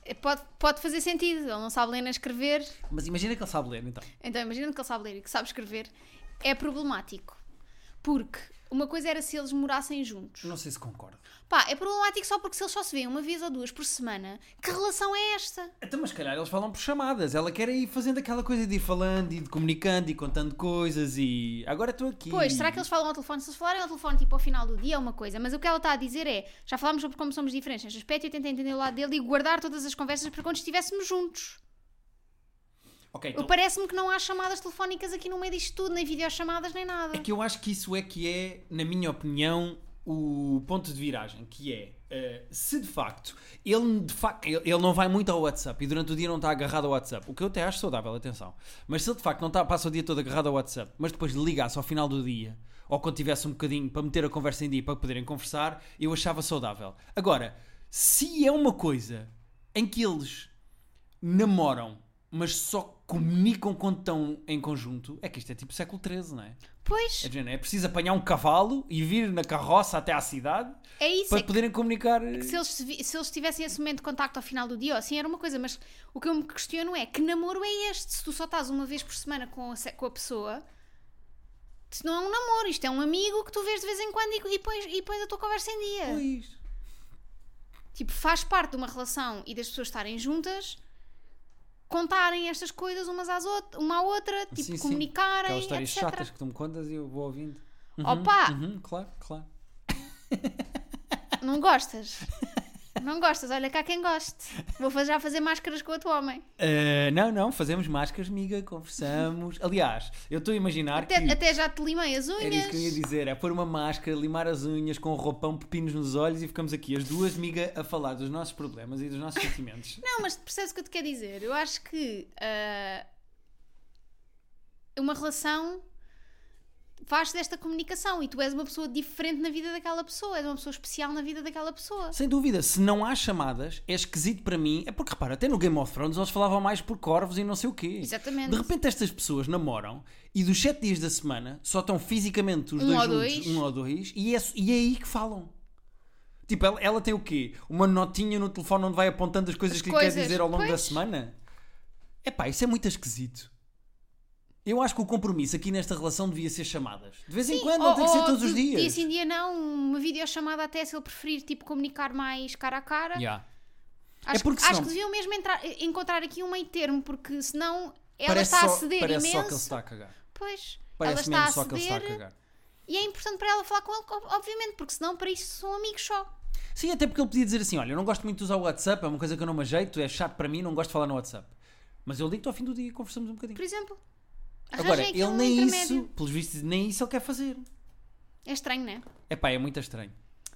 Speaker 2: é, pode, pode fazer sentido. Ele não sabe ler nem escrever,
Speaker 1: Mas imagina que ele sabe ler, então.
Speaker 2: então imagina que ele sabe ler e que sabe escrever. É problemático. Porque uma coisa era se eles morassem juntos.
Speaker 1: Não sei se concordo.
Speaker 2: Pá, é problemático só porque se eles só se vêem uma vez ou duas por semana, que relação é esta?
Speaker 1: Então, mas se calhar eles falam por chamadas. Ela quer ir fazendo aquela coisa de ir falando e de comunicando e contando coisas e. Agora estou aqui.
Speaker 2: Pois, será que eles falam ao telefone? Se eles falarem ao telefone, tipo, ao final do dia é uma coisa, mas o que ela está a dizer é: já falámos sobre como somos diferentes neste aspecto e eu tentei entender o lado dele e guardar todas as conversas para quando estivéssemos juntos.
Speaker 1: Ok,
Speaker 2: Eu
Speaker 1: então.
Speaker 2: Parece-me que não há chamadas telefónicas aqui no meio disto tudo, nem videochamadas, nem nada.
Speaker 1: É que eu acho que isso é que é, na minha opinião, o ponto de viragem. Que é. eh, se de facto ele, de facto ele ele não vai muito ao WhatsApp e durante o dia não está agarrado ao WhatsApp, o que eu até acho saudável, atenção. Mas se ele de facto não está, passa o dia todo agarrado ao WhatsApp, mas depois ligasse ao final do dia ou quando tivesse um bocadinho para meter a conversa em dia para poderem conversar, eu achava saudável. Agora, se é uma coisa em que eles namoram, mas só comunicam quando estão em conjunto, é que isto é tipo século XIII, não é? É,
Speaker 2: Pois,
Speaker 1: do género, é preciso apanhar um cavalo e vir na carroça até à cidade
Speaker 2: é isso.
Speaker 1: para
Speaker 2: é que
Speaker 1: poderem comunicar.
Speaker 2: se eles, se vi- se eles tivessem esse momento de contacto ao final do dia, ou assim era uma coisa, mas o que eu me questiono é que namoro é este? Se tu só estás uma vez por semana com a, se- com a pessoa, Isto não é um namoro, isto é um amigo que tu vês de vez em quando e, e, pões, e pões a tua conversa em dia.
Speaker 1: Pois.
Speaker 2: Tipo, faz parte de uma relação e das pessoas estarem juntas contarem estas coisas umas às out uma à outra, tipo,
Speaker 1: Sim, sim.
Speaker 2: comunicarem,
Speaker 1: Aquelas histórias
Speaker 2: etc.
Speaker 1: chatas que tu me contas e eu vou ouvindo.
Speaker 2: Opa!
Speaker 1: Uhum, claro, claro.
Speaker 2: Não gostas? Não gostas? Olha cá quem goste. Vou fa- já fazer máscaras com o outro homem.
Speaker 1: Ah, não, não, fazemos máscaras, amiga, conversamos. Aliás, eu estou a imaginar
Speaker 2: Até,
Speaker 1: que.
Speaker 2: até já te limei as
Speaker 1: Era isso que eu ia
Speaker 2: unhas.
Speaker 1: dizer, é pôr uma máscara, limar as unhas com um roupão, pepinos nos olhos e ficamos aqui as duas, amiga, a falar dos nossos problemas e dos nossos sentimentos.
Speaker 2: Não, mas percebes o que eu te quero dizer? Eu acho que ah, uma relação faz desta comunicação e tu és uma pessoa diferente na vida daquela pessoa, és uma pessoa especial na vida daquela pessoa.
Speaker 1: Sem dúvida, se não há chamadas, é esquisito para mim. É porque, repara, até no Game of Thrones eles falavam mais por corvos e não sei o quê.
Speaker 2: Exatamente.
Speaker 1: De repente estas pessoas namoram e dos sete dias da semana só estão fisicamente os
Speaker 2: Um
Speaker 1: dois
Speaker 2: ou
Speaker 1: juntos,
Speaker 2: dois.
Speaker 1: um ou dois, e é, e é aí que falam. Tipo, ela, ela tem o quê? Uma notinha no telefone onde vai apontando as coisas
Speaker 2: As
Speaker 1: que lhe quer
Speaker 2: coisas,
Speaker 1: dizer ao longo da
Speaker 2: pois.
Speaker 1: semana? Epá, isso é muito esquisito. Eu acho que o compromisso aqui nesta relação devia ser chamadas. De vez em quando, não
Speaker 2: Ou-
Speaker 1: tem que ser
Speaker 2: ou
Speaker 1: todos os
Speaker 2: de-
Speaker 1: dias.
Speaker 2: Dia assim, sim, dia não, uma videochamada até se ele preferir, tipo, comunicar mais cara a cara.
Speaker 1: Yeah.
Speaker 2: Acho,
Speaker 1: É porque
Speaker 2: que- acho
Speaker 1: senão-
Speaker 2: que deviam mesmo entrar- encontrar aqui um meio termo, porque senão ela
Speaker 1: parece
Speaker 2: está
Speaker 1: só,
Speaker 2: a ceder
Speaker 1: parece
Speaker 2: imenso.
Speaker 1: só que ele se está a cagar.
Speaker 2: Pois, ela
Speaker 1: Parece
Speaker 2: está
Speaker 1: mesmo
Speaker 2: a
Speaker 1: só que ele se está a
Speaker 2: ceder
Speaker 1: cagar.
Speaker 2: e é importante para ela falar com ele, ob- obviamente, porque senão para isso são amigos só.
Speaker 1: Sim, até porque ele podia dizer assim: olha, eu não gosto muito de usar o WhatsApp, é uma coisa que eu não me ajeito, é chato para mim, não gosto de falar no WhatsApp. Mas eu ligo-te ao fim do dia e conversamos um bocadinho.
Speaker 2: Por exemplo, arranjem
Speaker 1: Agora,
Speaker 2: aqui
Speaker 1: ele
Speaker 2: um
Speaker 1: nem
Speaker 2: intermédio.
Speaker 1: isso, pelos vistos, nem isso ele quer fazer.
Speaker 2: É estranho, não é?
Speaker 1: É pá, é muito estranho.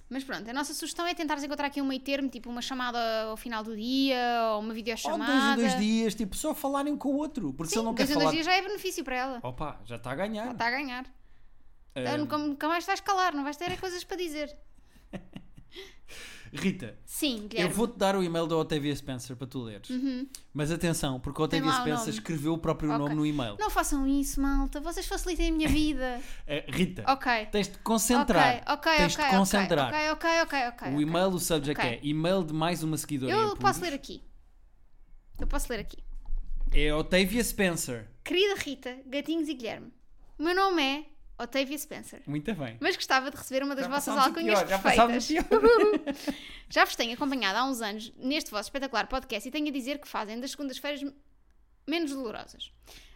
Speaker 2: Mas pronto, a nossa sugestão é tentares encontrar aqui um meio termo, tipo uma chamada ao final do dia, ou uma
Speaker 1: Ou
Speaker 2: videochamada.
Speaker 1: dois em dois dias, tipo, só falarem um com o outro, porque se
Speaker 2: Sim,
Speaker 1: ele não quer
Speaker 2: dois em dois
Speaker 1: falar.
Speaker 2: dias já é benefício para ela.
Speaker 1: Opa, já está a ganhar.
Speaker 2: Ela está a ganhar. Então,
Speaker 1: Ahm,
Speaker 2: nunca, nunca mais vais calar, não vais ter coisas para dizer.
Speaker 1: Rita,
Speaker 2: Sim,
Speaker 1: eu
Speaker 2: Guilherme.
Speaker 1: vou-te dar o e-mail da Otavia Spencer para tu leres. Mas atenção, porque a Otavia
Speaker 2: Uhum. lá o
Speaker 1: Spencer
Speaker 2: nome.
Speaker 1: escreveu o próprio
Speaker 2: Ok.
Speaker 1: nome no e-mail.
Speaker 2: Não façam isso, malta. Vocês facilitem a minha vida.
Speaker 1: Eh, Rita,
Speaker 2: ok.
Speaker 1: tens de concentrar.
Speaker 2: Ok, ok,
Speaker 1: tens
Speaker 2: ok,
Speaker 1: de
Speaker 2: ok,
Speaker 1: concentrar.
Speaker 2: Ok, ok, ok, ok.
Speaker 1: O
Speaker 2: ok.
Speaker 1: e-mail, o subject
Speaker 2: Ok.
Speaker 1: é e-mail de mais uma seguidora. em
Speaker 2: Eu
Speaker 1: apuros.
Speaker 2: posso ler aqui. Eu posso ler aqui.
Speaker 1: É Otavia Spencer.
Speaker 2: Querida Rita, Gatinhos e Guilherme. O meu nome é Otávia Spencer.
Speaker 1: Muito bem.
Speaker 2: Mas gostava de receber uma das
Speaker 1: Já
Speaker 2: vossas
Speaker 1: passámos o
Speaker 2: alcunhas
Speaker 1: pior, já
Speaker 2: perfeitas.
Speaker 1: passámos o pior.
Speaker 2: Já vos tenho acompanhado há uns anos neste vosso espetacular podcast e tenho a dizer que fazem das segundas-feiras m- menos dolorosas.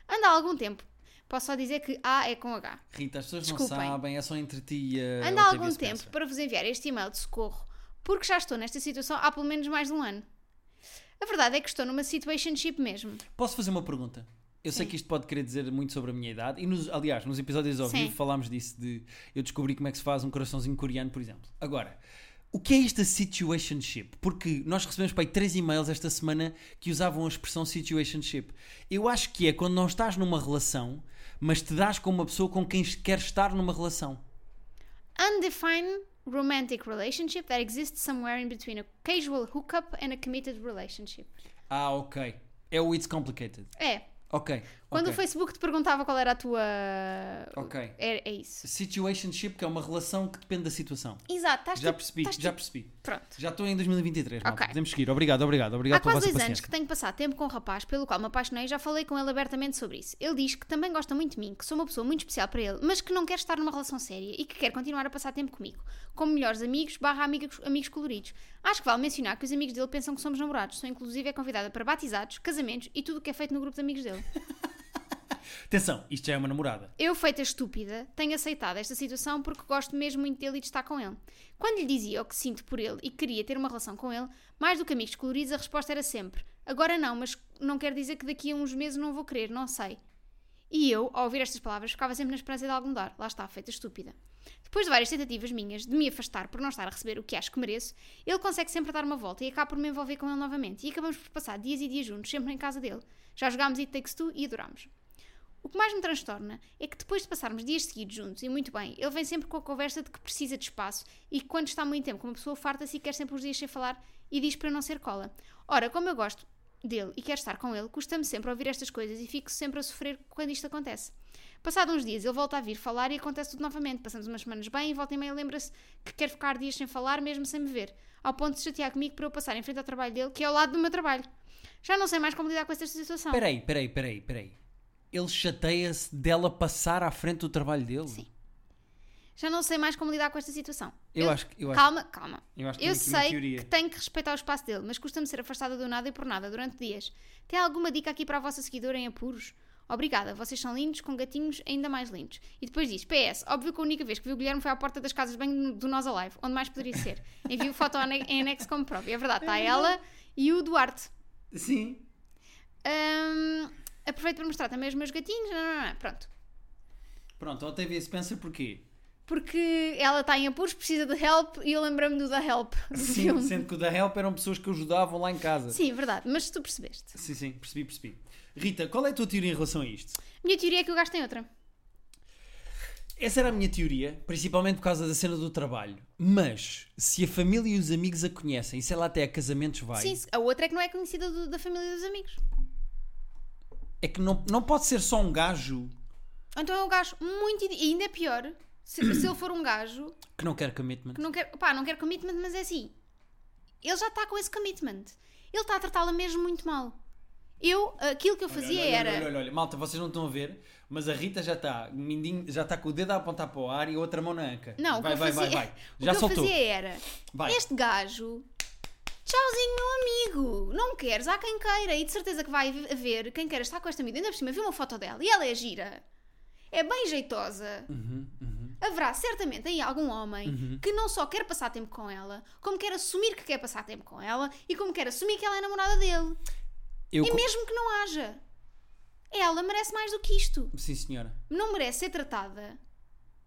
Speaker 2: Anda há algum tempo. Posso só dizer que A é com H.
Speaker 1: Rita, as pessoas
Speaker 2: Desculpem.
Speaker 1: não sabem, é só entre ti e a
Speaker 2: Anda há
Speaker 1: Otávia
Speaker 2: algum
Speaker 1: Spencer.
Speaker 2: tempo para vos enviar este e-mail de socorro, porque já estou nesta situação há pelo menos mais de um ano. A verdade é que estou numa situationship mesmo.
Speaker 1: Posso fazer uma pergunta? Eu sei que isto pode querer dizer muito sobre a minha idade, e nos- aliás, nos episódios ao
Speaker 2: Sim.
Speaker 1: vivo falámos disso de eu descobri como é que se faz um coraçãozinho coreano, por exemplo. Agora, o que é isto da situationship? Porque nós recebemos para aí três e-mails esta semana que usavam a expressão situationship. Eu acho que é quando não estás numa relação, mas te dás com uma pessoa com quem queres estar numa relação.
Speaker 2: Undefined romantic relationship that exists somewhere in between a casual hookup and a committed relationship.
Speaker 1: Ah, ok. É o It's Complicated.
Speaker 2: É.
Speaker 1: Ok.
Speaker 2: Quando
Speaker 1: ok.
Speaker 2: o Facebook te perguntava qual era a tua.
Speaker 1: Ok.
Speaker 2: É, é isso.
Speaker 1: Situationship, que é uma relação que depende da situação.
Speaker 2: Exato, estás
Speaker 1: Já
Speaker 2: tipo-
Speaker 1: percebi,
Speaker 2: estás
Speaker 1: já
Speaker 2: tipo-
Speaker 1: percebi.
Speaker 2: Pronto.
Speaker 1: Já estou em 2023, malta.
Speaker 2: Ok.
Speaker 1: Podemos seguir. Obrigado, obrigado, obrigado
Speaker 2: Há
Speaker 1: pela vossa
Speaker 2: quase dois
Speaker 1: paciência.
Speaker 2: anos que tenho passado tempo com um rapaz pelo qual me apaixonei e já falei com ele abertamente sobre isso. Ele diz que também gosta muito de mim, que sou uma pessoa muito especial para ele, mas que não quer estar numa relação séria e que quer continuar a passar tempo comigo, como melhores amigos barra amigos, amigos coloridos. Acho que vale mencionar que os amigos dele pensam que somos namorados, sou inclusive é convidada para batizados, casamentos e tudo o que é feito no grupo de amigos dele.
Speaker 1: Atenção, isto já é uma namorada.
Speaker 2: Eu, feita estúpida, tenho aceitado esta situação porque gosto mesmo muito dele e de estar com ele. Quando lhe dizia o que sinto por ele e que queria ter uma relação com ele, mais do que amigos coloridos, a resposta era sempre: agora não, mas não quer dizer que daqui a uns meses não vou querer, não sei. E eu, ao ouvir estas palavras, ficava sempre na esperança de algo mudar. Lá está, feita estúpida. Depois de várias tentativas minhas de me afastar por não estar a receber o que acho que mereço, ele consegue sempre dar uma volta e acaba por me envolver com ele novamente. E acabamos por passar dias e dias juntos, sempre em casa dele. Já jogámos It Takes Two e adorámos. O que mais me transtorna é que depois de passarmos dias seguidos juntos, e muito bem, ele vem sempre com a conversa de que precisa de espaço e que quando está muito tempo com uma pessoa farta-se e quer sempre os dias sem falar e diz para eu não ser cola. Ora, como eu gosto dele e quero estar com ele, custa-me sempre ouvir estas coisas e fico sempre a sofrer quando isto acontece. Passado uns dias, ele volta a vir falar e acontece tudo novamente. Passamos umas semanas bem e volta e meia lembra-se que quer ficar dias sem falar, mesmo sem me ver, ao ponto de se chatear comigo para eu passar em frente ao trabalho dele, que é ao lado do meu trabalho. Já não sei mais como lidar com esta situação.
Speaker 1: Peraí, peraí, peraí, peraí. Ele chateia-se dela passar à frente do trabalho dele.
Speaker 2: Sim. Já não sei mais como lidar com esta situação.
Speaker 1: Eu acho que- eu acho-
Speaker 2: calma, calma.
Speaker 1: Eu acho que
Speaker 2: Eu
Speaker 1: tenho aqui uma
Speaker 2: sei
Speaker 1: teoria.
Speaker 2: que tenho que respeitar o espaço dele, mas custa-me ser afastada do nada e por nada durante dias. Tem alguma dica aqui para a vossa seguidora em apuros? Obrigada, vocês são lindos, com gatinhos ainda mais lindos. E depois diz: PS, óbvio que a única vez que vi o Guilherme foi à porta das casas de banho do Nós Alive, onde mais poderia ser. Envio foto ane- em anexo como prova. E é verdade, está ela e o Duarte.
Speaker 1: Sim.
Speaker 2: Hum, aproveito para mostrar também os meus gatinhos. Não, não, não. Pronto.
Speaker 1: Pronto, Otávio Spencer porquê?
Speaker 2: Porque ela está em apuros, precisa de help e eu lembrei-me do da help. Do
Speaker 1: Sim,
Speaker 2: filme.
Speaker 1: sendo que o da Help eram pessoas que o ajudavam lá em casa.
Speaker 2: Sim, verdade, mas tu percebeste.
Speaker 1: Sim, sim, percebi, percebi. Rita, qual é a tua teoria em relação a isto?
Speaker 2: Minha teoria é que o gajo tem outra.
Speaker 1: Essa era a minha teoria, principalmente por causa da cena do trabalho. Mas, se a família e os amigos a conhecem, e se ela até a casamentos vai,
Speaker 2: Sim, a outra é que não é conhecida do- da família dos amigos.
Speaker 1: é que não, não pode ser só um gajo
Speaker 2: Ou Então é um gajo muito. idi- E ainda é pior, se, se ele for um gajo
Speaker 1: que não quer commitment.
Speaker 2: que não quer. pá, não quer commitment, mas é assim. Ele já está com esse commitment. Ele está a tratá-la mesmo muito mal. Eu, aquilo que eu fazia
Speaker 1: olha,
Speaker 2: era.
Speaker 1: Olha, olha, olha, malta, vocês não estão a ver, mas a Rita já está, mindinho- já está com o dedo a apontar para o ar e a outra mão na anca.
Speaker 2: Não,
Speaker 1: vai,
Speaker 2: o que eu
Speaker 1: vai,
Speaker 2: fazia,
Speaker 1: vai, vai.
Speaker 2: o
Speaker 1: Já
Speaker 2: que
Speaker 1: soltou.
Speaker 2: eu fazia era.
Speaker 1: Vai.
Speaker 2: Este gajo. Tchauzinho, meu amigo! Não queres? Há quem queira! E de certeza que vai haver quem queira estar com esta miúda. Ainda por cima, vi uma foto dela e ela é gira. É bem jeitosa.
Speaker 1: Uhum, uhum.
Speaker 2: Haverá certamente aí algum homem que não só quer passar tempo com ela, como quer assumir que quer passar tempo com ela e como quer assumir que ela é namorada dele.
Speaker 1: Eu
Speaker 2: E
Speaker 1: co-
Speaker 2: É mesmo que não haja, ela merece mais do que isto.
Speaker 1: Sim, senhora.
Speaker 2: Não merece ser tratada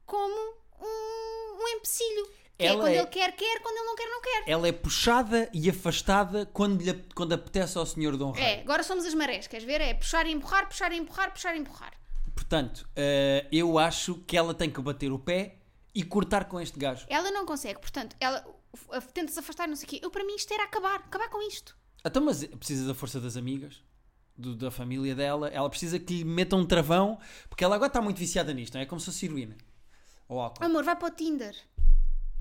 Speaker 2: como um, um empecilho. Que é
Speaker 1: Ela
Speaker 2: quando
Speaker 1: é-
Speaker 2: ele quer, quer, quando ele não quer, não quer.
Speaker 1: Ela é puxada e afastada quando, lhe, quando apetece ao senhor Dom Rei.
Speaker 2: É, agora somos as marés, queres ver? É puxar e empurrar, puxar e empurrar, puxar e empurrar.
Speaker 1: Portanto, eh, eu acho que ela tem que bater o pé e cortar com este gajo.
Speaker 2: Ela não consegue, portanto, ela uh, uh, tenta-se afastar, não sei o quê. Eu, para mim, isto era acabar, acabar com isto.
Speaker 1: Então, mas precisa da força das amigas, do- da família dela. Ela precisa que lhe metam um travão, porque ela agora está muito viciada nisto, não é? Como se fosse heroína. Ou álcool.
Speaker 2: Amor, vai para o Tinder.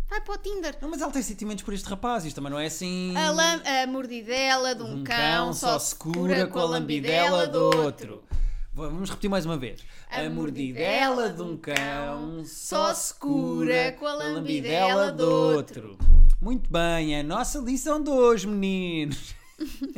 Speaker 2: Vai para o Tinder.
Speaker 1: Não, mas ela tem sentimentos por este rapaz, isto também não é assim.
Speaker 2: A, lam- a mordidela de um,
Speaker 1: Um cão só se cura com a lambidela do outro. Va- Vamos repetir mais uma vez.
Speaker 2: A
Speaker 1: A mordidela de um cão só se cura com a lambidela do outro. Muito bem, é a nossa lição de hoje, meninos.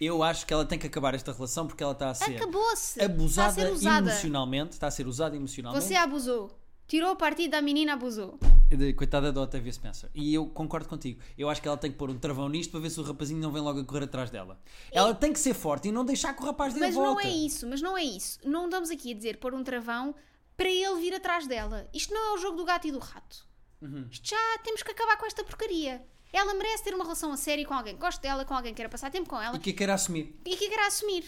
Speaker 1: Eu acho que ela tem que acabar esta relação porque ela está a ser
Speaker 2: Acabou-se. Está a
Speaker 1: abusada
Speaker 2: ser usada.
Speaker 1: emocionalmente. Está a ser usada emocionalmente.
Speaker 2: Você abusou. Tirou o partido da menina, abusou.
Speaker 1: De- Coitada da Otávia Spencer. E eu concordo contigo. Eu acho que ela tem que pôr um travão nisto para ver se o rapazinho não vem logo a correr atrás dela. Ela tem que ser forte e não deixar que o rapaz dê a
Speaker 2: Mas não
Speaker 1: volta.
Speaker 2: é isso, mas não é isso. Não estamos aqui a dizer pôr um travão para ele vir atrás dela. Isto não é o jogo do gato e do rato. Isto já temos que acabar com esta porcaria. Ela merece ter uma relação a sério com alguém que goste dela, com alguém que queira passar tempo com ela
Speaker 1: E que queira assumir.
Speaker 2: e que queira assumir.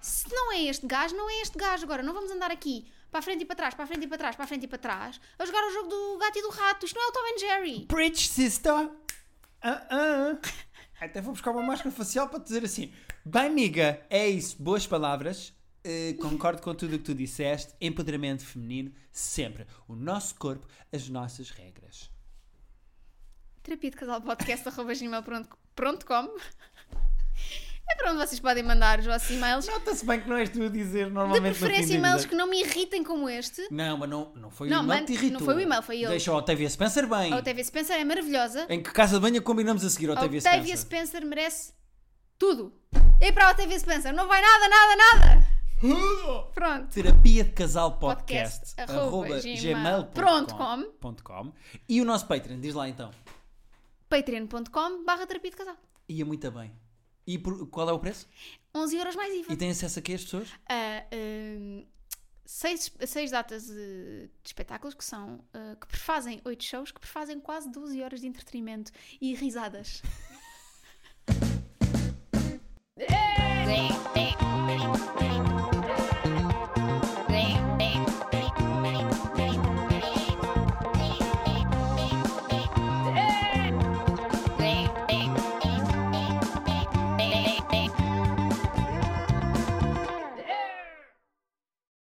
Speaker 2: Se não é este gajo, não é este gajo. Agora, não vamos andar aqui para a frente e para trás, para a frente e para trás, para a frente e para trás, a jogar o jogo do gato e do rato. Isto não é o Tom and Jerry.
Speaker 1: Preach, sister! Ah, ah. Até vou buscar uma máscara facial para te dizer assim: bem, amiga, é isso, boas palavras. Eh, concordo com tudo o que tu disseste. Empoderamento feminino, sempre. O nosso corpo, as nossas regras.
Speaker 2: Terapia de casal podcast arroba gmail.com É para onde vocês podem mandar os vossos e-mails.
Speaker 1: Nota-se bem que não és tu a dizer
Speaker 2: De
Speaker 1: normalmente. no fim
Speaker 2: preferência,
Speaker 1: da
Speaker 2: e-mails
Speaker 1: vida.
Speaker 2: que não me irritem como este.
Speaker 1: Não, mas não, não foi
Speaker 2: Não,
Speaker 1: o e-mail
Speaker 2: man-
Speaker 1: que te irritou.
Speaker 2: não foi o e-mail, foi ele.
Speaker 1: Deixa o Otávia Spencer bem.
Speaker 2: A Otávia Spencer é maravilhosa.
Speaker 1: Em que casa de banho combinamos a seguir,
Speaker 2: A
Speaker 1: Otávia,
Speaker 2: Otávia
Speaker 1: Spencer?
Speaker 2: Spencer merece tudo. E para a Otávia Spencer, não vai nada, nada, nada. Pronto.
Speaker 1: Terapia de Casal Podcast.
Speaker 2: Podcast, arroba, gmail ponto com.
Speaker 1: gmail.com E o nosso Patreon, diz lá então.
Speaker 2: patreon.com barra terapia de casal.
Speaker 1: Ia muito bem. E por- qual é o preço?
Speaker 2: 11 euros mais IVA.
Speaker 1: E tem acesso a quê as pessoas?
Speaker 2: Ah, hum, seis, seis datas eh, de espetáculos que são eh, que prefazem oito shows que prefazem quase 12 horas de entretenimento e risadas.